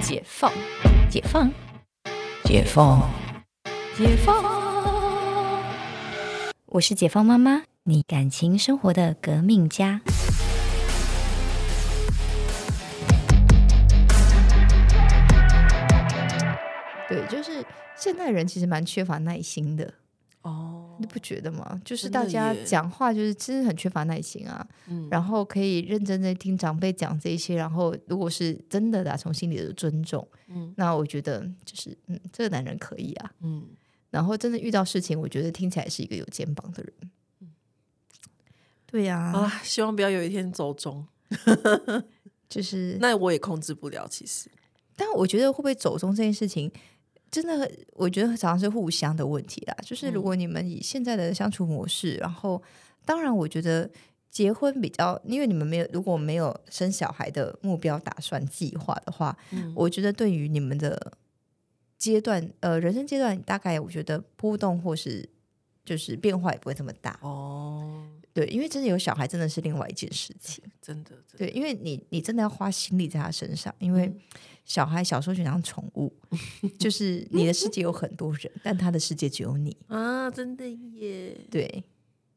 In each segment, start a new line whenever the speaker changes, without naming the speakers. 解放，解放，解放，解放。
我是解放妈妈，你感情生活的革命家。
对，就是现代人其实蛮缺乏耐心的，
哦
你，不觉得吗？就是
真
大
的
家
耶
讲话就是真的很缺乏耐心啊。
嗯
然后可以认真的听长辈讲这一些，然后如果是真的打从心里的尊重，
嗯
那我觉得就是嗯，这个男人可以啊。
嗯，
然后真的遇到事情，我觉得听起来是一个有肩膀的人。
嗯
对呀、
好啦，啊希望不要有一天走中，
就是
那我也控制不了，其实，
但我觉得会不会走中这件事情，真的很，我觉得常常是互相的问题啦。就是如果你们以现在的相处模式，然后当然我觉得结婚比较，因为你们没有如果没有生小孩的目标打算计划的话，
嗯
我觉得对于你们的阶段，呃，人生阶段，大概我觉得波动或是就是变化也不会这么大。
哦，
对，因为真的有小孩，真的是另外一件事情。
真的，真的
对，因为你你真的要花心力在他身上，因为
嗯
小孩小时候就像宠 物，就是你的世界有很多人，但他的世界只有你。
啊，真的耶，
对，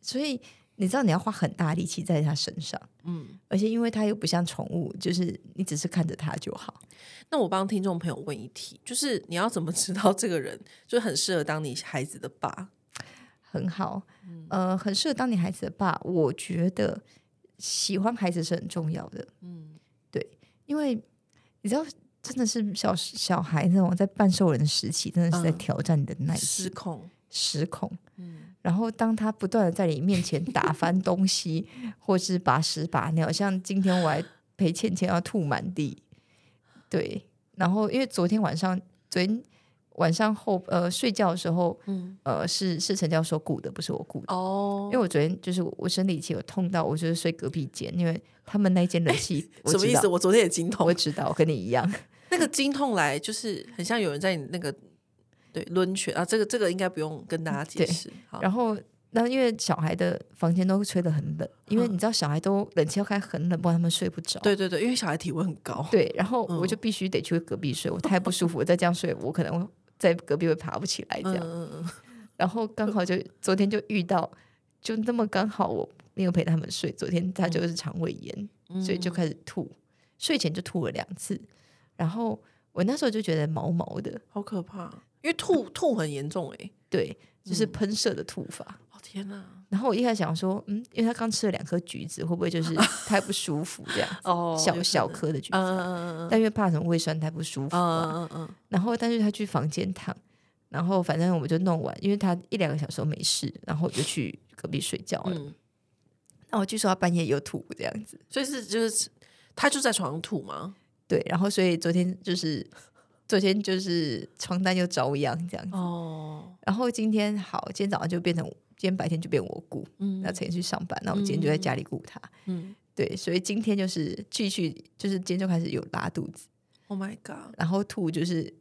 所以你知道你要花很大力气在他身上，
嗯，
而且因为他又不像宠物，就是你只是看着他就好。
那我帮听众朋友问一题，就是你要怎么知道这个人就很适合当你孩子的爸？
很好，
嗯
呃，很适合当你孩子的爸。我觉得喜欢孩子是很重要的，
嗯，
因为你知道，真的是小小孩那种在半兽人时期，真的是在
嗯
挑战你的耐
失
心、
控，
失控。
嗯
然后当他不断的在你面前打翻东西，或是把屎把尿，像今天我还陪倩倩要吐满地，对。然后因为昨天晚上，昨天晚上后呃睡觉的时候，
嗯，
呃是是陈教授顾的，不是我顾的。
哦
因为我昨天就是我生理期有痛到，我就是睡隔壁间，因为他们那间冷气， 我
什么
知
意
道
思？，我昨天也经
我
痛，
知道，我跟你一样，
那个经痛来就是很像有人在你那个对抡拳啊，这个这个应该不用跟大家解
对
释。好，
然后。那因为小孩的房间都吹得很冷，因为你知道小孩都冷气要开很冷，不然他们睡不着。
嗯对对对，因为小孩体温很高，
对，然后我
嗯
就必须得去隔壁睡，我太不舒服，我再这样睡，我可能在隔壁会爬不起来这
嗯
样。
嗯嗯，
然后刚好就昨天就遇到，就那么刚好我没有陪他们睡，昨天他就是肠胃炎，
嗯
所以就开始吐，睡前就吐了两次，然后我那时候就觉得毛毛的，
好可怕，因为吐吐很严重哎、
对，就是
嗯
喷射的吐法。
哦天哪，
然后我一开始想说，嗯，因为他刚吃了两颗橘子，会不会就是 太不舒服这样？
哦
小小，颗的橘子
嗯
啊，
嗯嗯
但因为怕什么胃酸太不舒服啊，
嗯嗯嗯，
然后但是他去房间躺，然后反正我们就弄完，因为他一两个小时都没事，然后我就去隔壁睡觉了。
嗯，
那我据说他半夜又吐这样子，
所以是就是他就在床上吐吗？
对，然后所以昨天就是昨天就是床单又遭殃这样子，
哦，
然后今天好，今天早上就变成今天白天就变我顾，
嗯
那陈去上班，那我今天就在家里顾他，
嗯
对，所以今天就是继续就是今天就开始有拉肚子，
，Oh my god，
然后吐就是。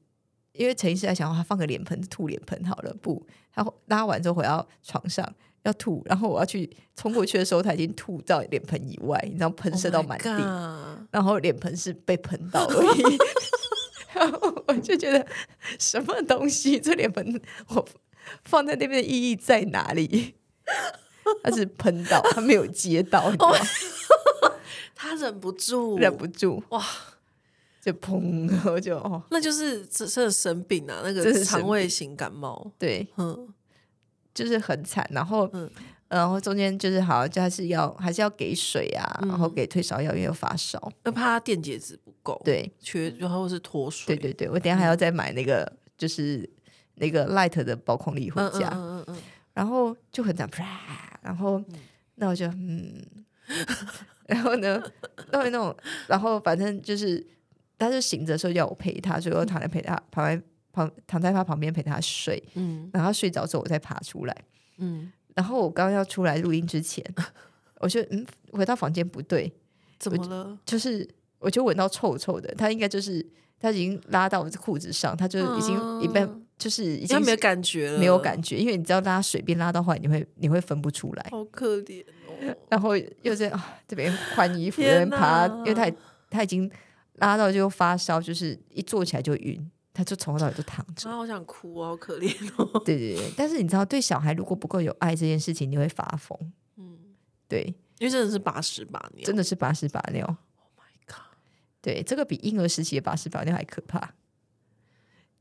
因为陈医师在想，他放个脸盆吐脸盆好了，不，他拉完之后回到床上要吐，然后我要去冲过去的时候，他已经吐到脸盆以外，你知道喷射到满地
Oh my god
然后脸盆是被喷到而已。 然后我就觉得什么东西，这脸盆我放在那边的意义在哪里？他是喷到，他没有接到，你知道吗
他忍不住，
忍不住
哇，
就砰，然后就哦，
那就是这这生病啊，那
真
个
是生
肠胃型感冒。
对，
嗯，
就是很惨。然后，
嗯
然后中间就是好，就还是要还是要给水啊，然后给退烧药，因为有发烧。
那怕他电解质不够，，
对，
缺然后是
对
脱
嗯
水，
对对，我等一下还要再买那个，就是那个 Light 的宝矿力回
嗯，嗯
家。
嗯嗯嗯
然后就很惨，啪！然后那我就嗯， 然后呢，弄一弄，然后反正就是，他就醒着的时候要我陪他，所以我躺在陪他旁边旁躺在他旁边陪他睡，
嗯
然后他睡着之后我再爬出来。
嗯，
然后我刚刚要出来录音之前，我就嗯回到房间不对，
怎么了？
就是我就闻到臭臭的，他应该就是他已经拉到我的裤子上，他就已经一半、
嗯
就是已
已
经
经没有
是
呃感觉了，
没有感觉，因为你知道拉水便拉到后来你会你会分不出来。
好可怜哦。
然后又在、啊、这边换衣服，那
天
边爬，
哪
因为他也他已经拉到就发烧，就是一坐起来就晕，他就从头到尾就躺着。
啊，好想哭哦，好可怜 哦。
对对对，但是你知道，对小孩如果不够有爱这件事情，你会发疯。
嗯，
对，
因为真的是把屎把尿，
真的是把屎把尿。
God
对，这个比婴儿时期的把屎把尿还可怕，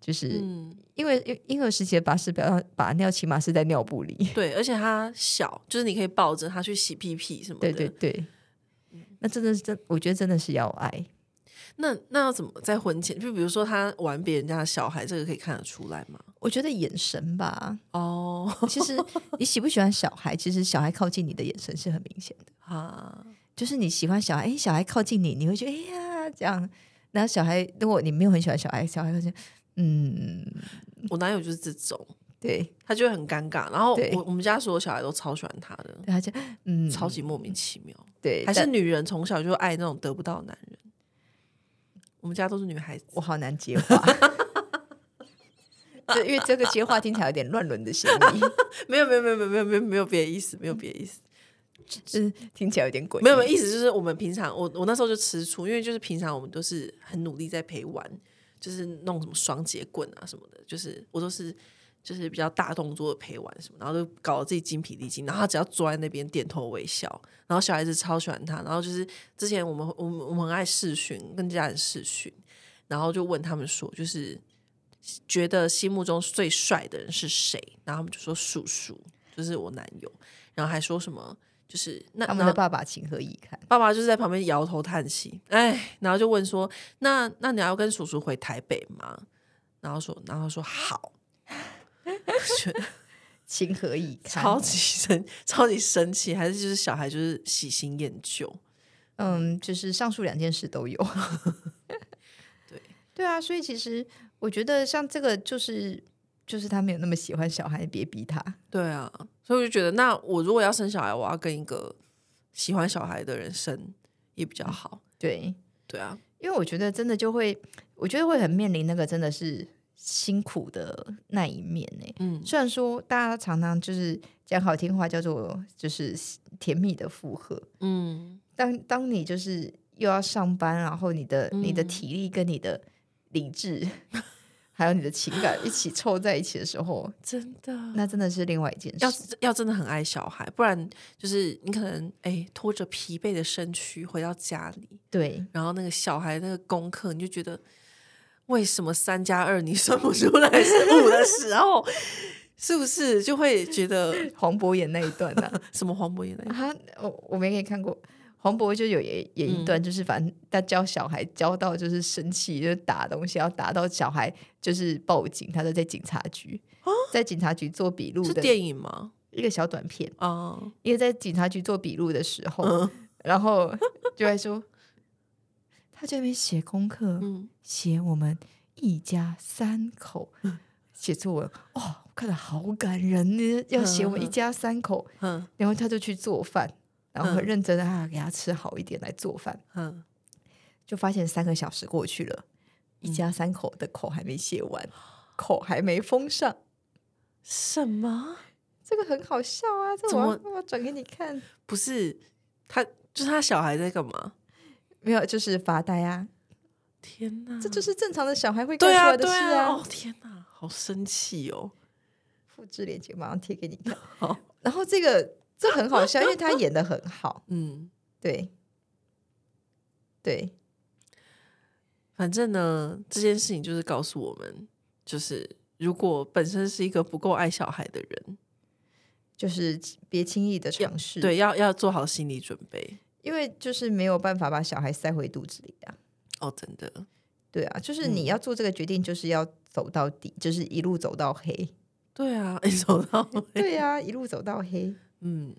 就是、
嗯，
因为因为婴儿时期的把屎把尿把尿，起码是在尿布里。
对，而且他小，就是你可以抱着他去洗屁屁什么的。
对对嗯对，那真的是真，我觉得真的是要爱。
那那要怎么在婚前？就比如说他玩别人家的小孩，这个可以看得出来吗？
我觉得眼神吧，
哦，
其实你喜不喜欢小孩，其实小孩靠近你的眼神是很明显的。
啊，
就是你喜欢小孩，哎，小孩靠近你，你会觉得哎呀这样。然后小孩，如果你没有很喜欢小孩，小孩会觉得嗯，
我男友就是这种，
对，
他就会很尴尬。然后
对
我我们家所有小孩都超喜欢他的，
他就嗯，
超级莫名其妙。
对，
还是
但
女人从小就爱那种得不到的男人。我们家都是女孩子，
我好难接话。 对，因为这个接话听起来有点乱伦的嫌 疑，
没有没有没有没有没有没有没有别的意思，没有别的意思，
就是听起来有点诡异。
没有没有意思，就是我们平常我我那时候就吃醋，因为就是平常我们都是很努力在陪玩，就是弄什么双节棍啊什么的，就是我都是就是比较大动作的陪玩什么，然后就搞得自己精疲力尽，然后他只要坐在那边点头微笑，然后小孩子超喜欢他，然后就是之前我们我们我们很爱视讯，跟家人视讯，然后就问他们说，就是觉得心目中最帅的人是谁，然后他们就说叔叔，就是我男友，然后还说什么。就是那
他
然
们
后
的爸爸情何以堪？
爸爸就是在旁边摇头叹气，哎，然后就问说：“那那你要跟叔叔回台北吗？”然后说，然后说 好，觉得
情何以堪？
超级生，超级生气，还是就是小孩就是喜新厌旧，
嗯，就是上述两件事都有。
对
对啊，所以其实我觉得像这个就是就是他没有那么喜欢小孩，别逼他。
对啊，所以我就觉得，那我如果要生小孩，我要跟一个喜欢小孩的人生也比较好，
对，
对啊，
因为我觉得真的就会，我觉得会很面临那个真的是辛苦的那一面呢、
嗯，
虽然说大家常常就是讲好听话叫做就是甜蜜的负荷，
嗯，
当当你就是又要上班，然后你的、你的
嗯
体力跟你的理智， 还有你的情感一起凑在一起的时候，
真的，
那真的是另外一件
要
事。
要真的很爱小孩，不然就是你可能哎拖着疲惫的身躯回到家里，
对，
然后那个小孩那个功课，你就觉得为什么三加二你算不出来是五的时候，是不是就会觉得
黄渤演那一段 呢、
什么黄渤也来？
他我我没给你看过，黄渤就有演演一
嗯
段，就是反正他教小孩教到就是生气，就是打东西，要打到小孩就是报警，他都在警察局，在警察局做笔录
哦是
的
电影吗？
一个小短片，
啊、
因为在警察局做笔录的时候，
嗯
然后就会说 他这边写功课，
嗯，
写我们一家三口。写作文哦，我看的好感人，要写我们一家三口，
嗯
然后他就去做饭，然后很
嗯
认真的啊，给他吃好一点来做饭，
嗯，
就发现三个小时过去了，一家三口的口还没写完，口还没封上，
什么？
这个很好笑啊！这我要
怎
我要转给你看，
不是他，就是他小孩在干嘛？
没有，就是发呆啊，
天哪，
这就是正常的小孩会干
对
出
啊
来的
对
事
啊！哦天哪，好生气哦！
复制链接马上贴给你看
好，
然后这个这很好笑，因为他演的很好，
嗯，
对，对，
反正呢，这件事情就是告诉我们，就是如果本身是一个不够爱小孩的人，
就是别轻易的尝试，
对，，要要做好心理准备。
因为就是没有办法把小孩塞回肚子里的啊、
哦，真的，
对啊，就是
嗯
你要做这个决定，就是要走到底，就是一路走到黑。
对啊， 你走到位，
对啊，一路走到黑。
嗯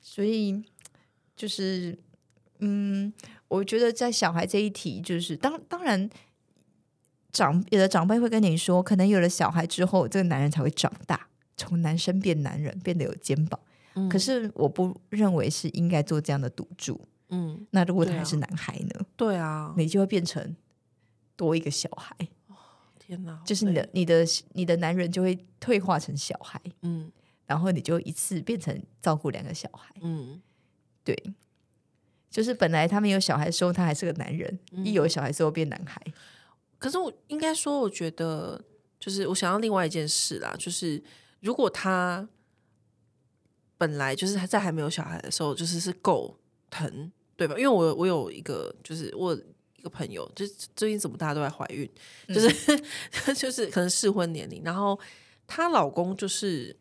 所以就是，嗯，我觉得在小孩这一题，就是当当然，长有的长辈会跟你说，可能有了小孩之后，这个男人才会长大，从男生变男人，变得有肩膀。
嗯
可是我不认为是应该做这样的赌注。
嗯，
那如果他
对啊
还是男孩呢，
对啊，
你就会变成多一个小孩。
天哪，好
就是你的
累，
你的你的男人就会退化成小孩，
嗯
然后你就一次变成照顾两个小孩。
嗯，
对，就是本来他们有小孩的时候，他还是个男人，
嗯
一有小孩之后变男孩。
可是我应该说，我觉得就是我想要另外一件事啦，就是如果他本来就是他在还没有小孩的时候，就是是够疼，对吧？因为我我有一个就是我有一个朋友，就是最近怎么大家都在怀孕，就是 就是可能适婚年龄，然后她老公就是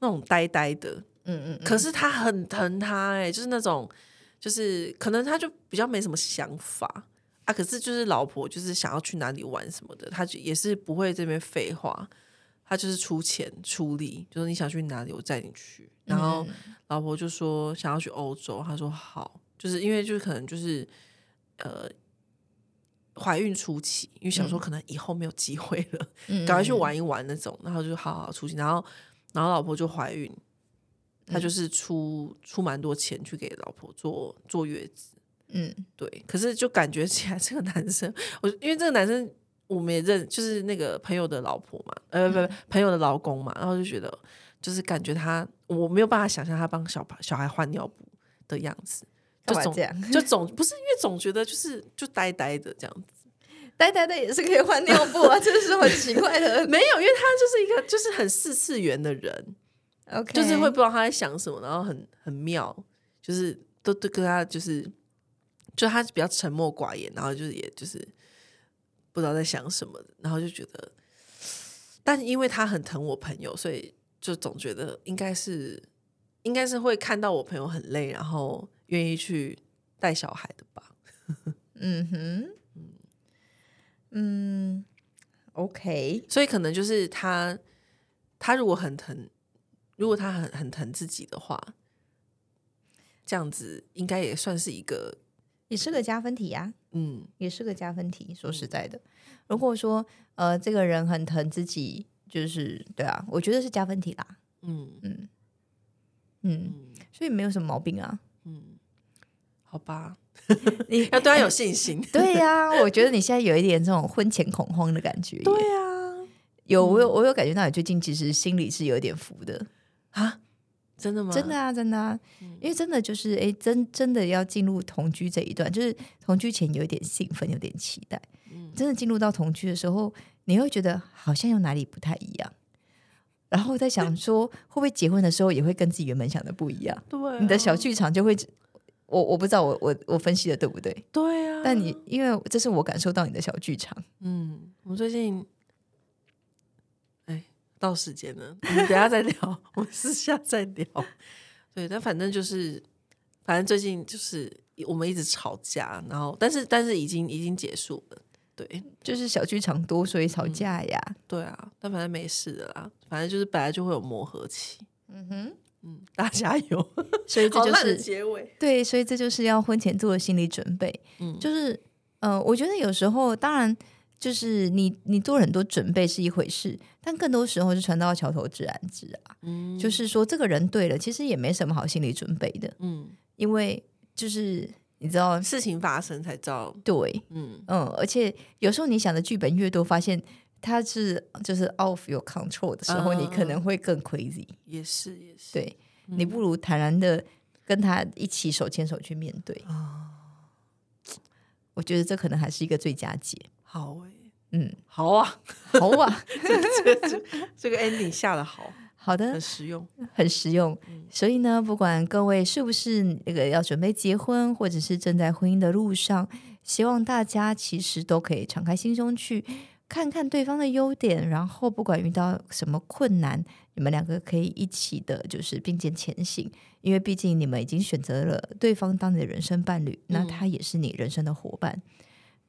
那种呆呆的，
嗯嗯嗯，
可是她很疼她，哎，就是那种，就是可能他就比较没什么想法啊。可是就是老婆就是想要去哪里玩什么的，他就也是不会这边废话，他就是出钱出力，就是你想去哪里我载你去。然
嗯
后老婆就说想要去欧洲，他说好，就是因为就是可能就是呃。怀孕初期，因为想说可能以后没有机会了，
嗯
赶快去玩一玩那种，然后就好好出去，然后然后老婆就怀孕，他就是出、出蛮多钱去给老婆做坐月子，
嗯，嗯
对，可是就感觉起来这个男生，我因为这个男生我们也认，就是那个朋友的老婆嘛，呃不不不，朋友的老公嘛，然后就觉得就是感觉他我没有办法想象他帮小小孩换尿布的样子，就
干嘛
总
这样？
就总不是因为总觉得就是就呆呆的这样子。
呆呆的也是可以换尿布啊，这是很奇怪 的。
没有，因为他就是一个就是很四次元的人，
OK，
就是会不知道他在想什么，然后很很妙，就是都都跟他就是，就他比较沉默寡言，然后就是也就是不知道在想什么，然后就觉得，但因为他很疼我朋友，所以就总觉得应该是应该是会看到我朋友很累，然后愿意去带小孩的吧。
嗯哼，嗯，OK，
所以可能就是他，他如果很疼，如果他很很疼自己的话，这样子应该也算是一个
也是个加分题呀、
嗯
也是个加分题。说实在的，如果说呃这个人很疼自己，就是对啊，我觉得是加分题啦。
嗯
嗯嗯，
嗯
所以没有什么毛病 啊。
嗯，好 吧，
你
要对他有信 心。
对呀、我觉得你现在有一点这种婚前恐慌的感觉耶。
啊，
有我有我有感觉到你最近其实心里是有点浮的，
啊，真的吗？
真的啊，真的啊
嗯，
因为真的就是哎，真真的要进入同居这一段，就是同居前有一点兴奋，有点期待，
嗯，
真的进入到同居的时候，你会觉得好像有哪里不太一样，然后在想说会不会结婚的时候也会跟自己原本想的不一样，
对啊、
你的小剧场就会，我我不知道我我我分析的对不对，
对啊，
但你因为这是我感受到你的小剧场。
嗯，我们最近。哎，到时间了，我们等一下再聊， 我们私下再聊。对，但反正就是，反正最近就是我们一直吵架，然后但是但是已经已经结束了。对
就是小剧场多，所以吵
嗯
架呀。
对啊，但反正没事的啦，反正就是本来就会有磨合期。
嗯哼，
嗯，大家有，
所以这
好
就
烂的
是
结尾。
对，所以这就是要婚前做的心理准备。
嗯，
就是呃，我觉得有时候当然就是你你做了很多准备是一回事，但更多时候是船到桥头自然直啊。
嗯
就是说这个人对了，其实也没什么好心理准备的，
嗯，
因为就是你知道，
事情发生才知道。
对，
嗯，
嗯，而且有时候你想的剧本越多，发现。它是就是 off your control 的时候，你
嗯
可能会更 crazy。
也是也是。
对，
嗯
你不如坦然的跟他一起手牵手去面对。
嗯啊
我觉得这可能还是一个最佳解。
好哎、
嗯，
好啊，
好啊，
这个这个这个 ending 下的好，
好
很
的，
实嗯用。
很实用。所以呢，不管各位是不是那个要准备结婚，或者是正在婚姻的路上，希望大家其实都可以敞开心胸去看看对方的优点，然后不管遇到什么困难，你们两个可以一起的，就是并肩前行。因为毕竟你们已经选择了对方当你的人生伴侣，那他也是你人生的伙伴。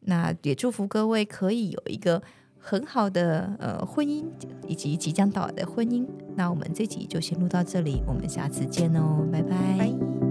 那也祝福各位可以有一个很好的呃婚姻，以及即将到来的婚姻。那我们这集就先录到这里，我们下次见哦，拜拜
拜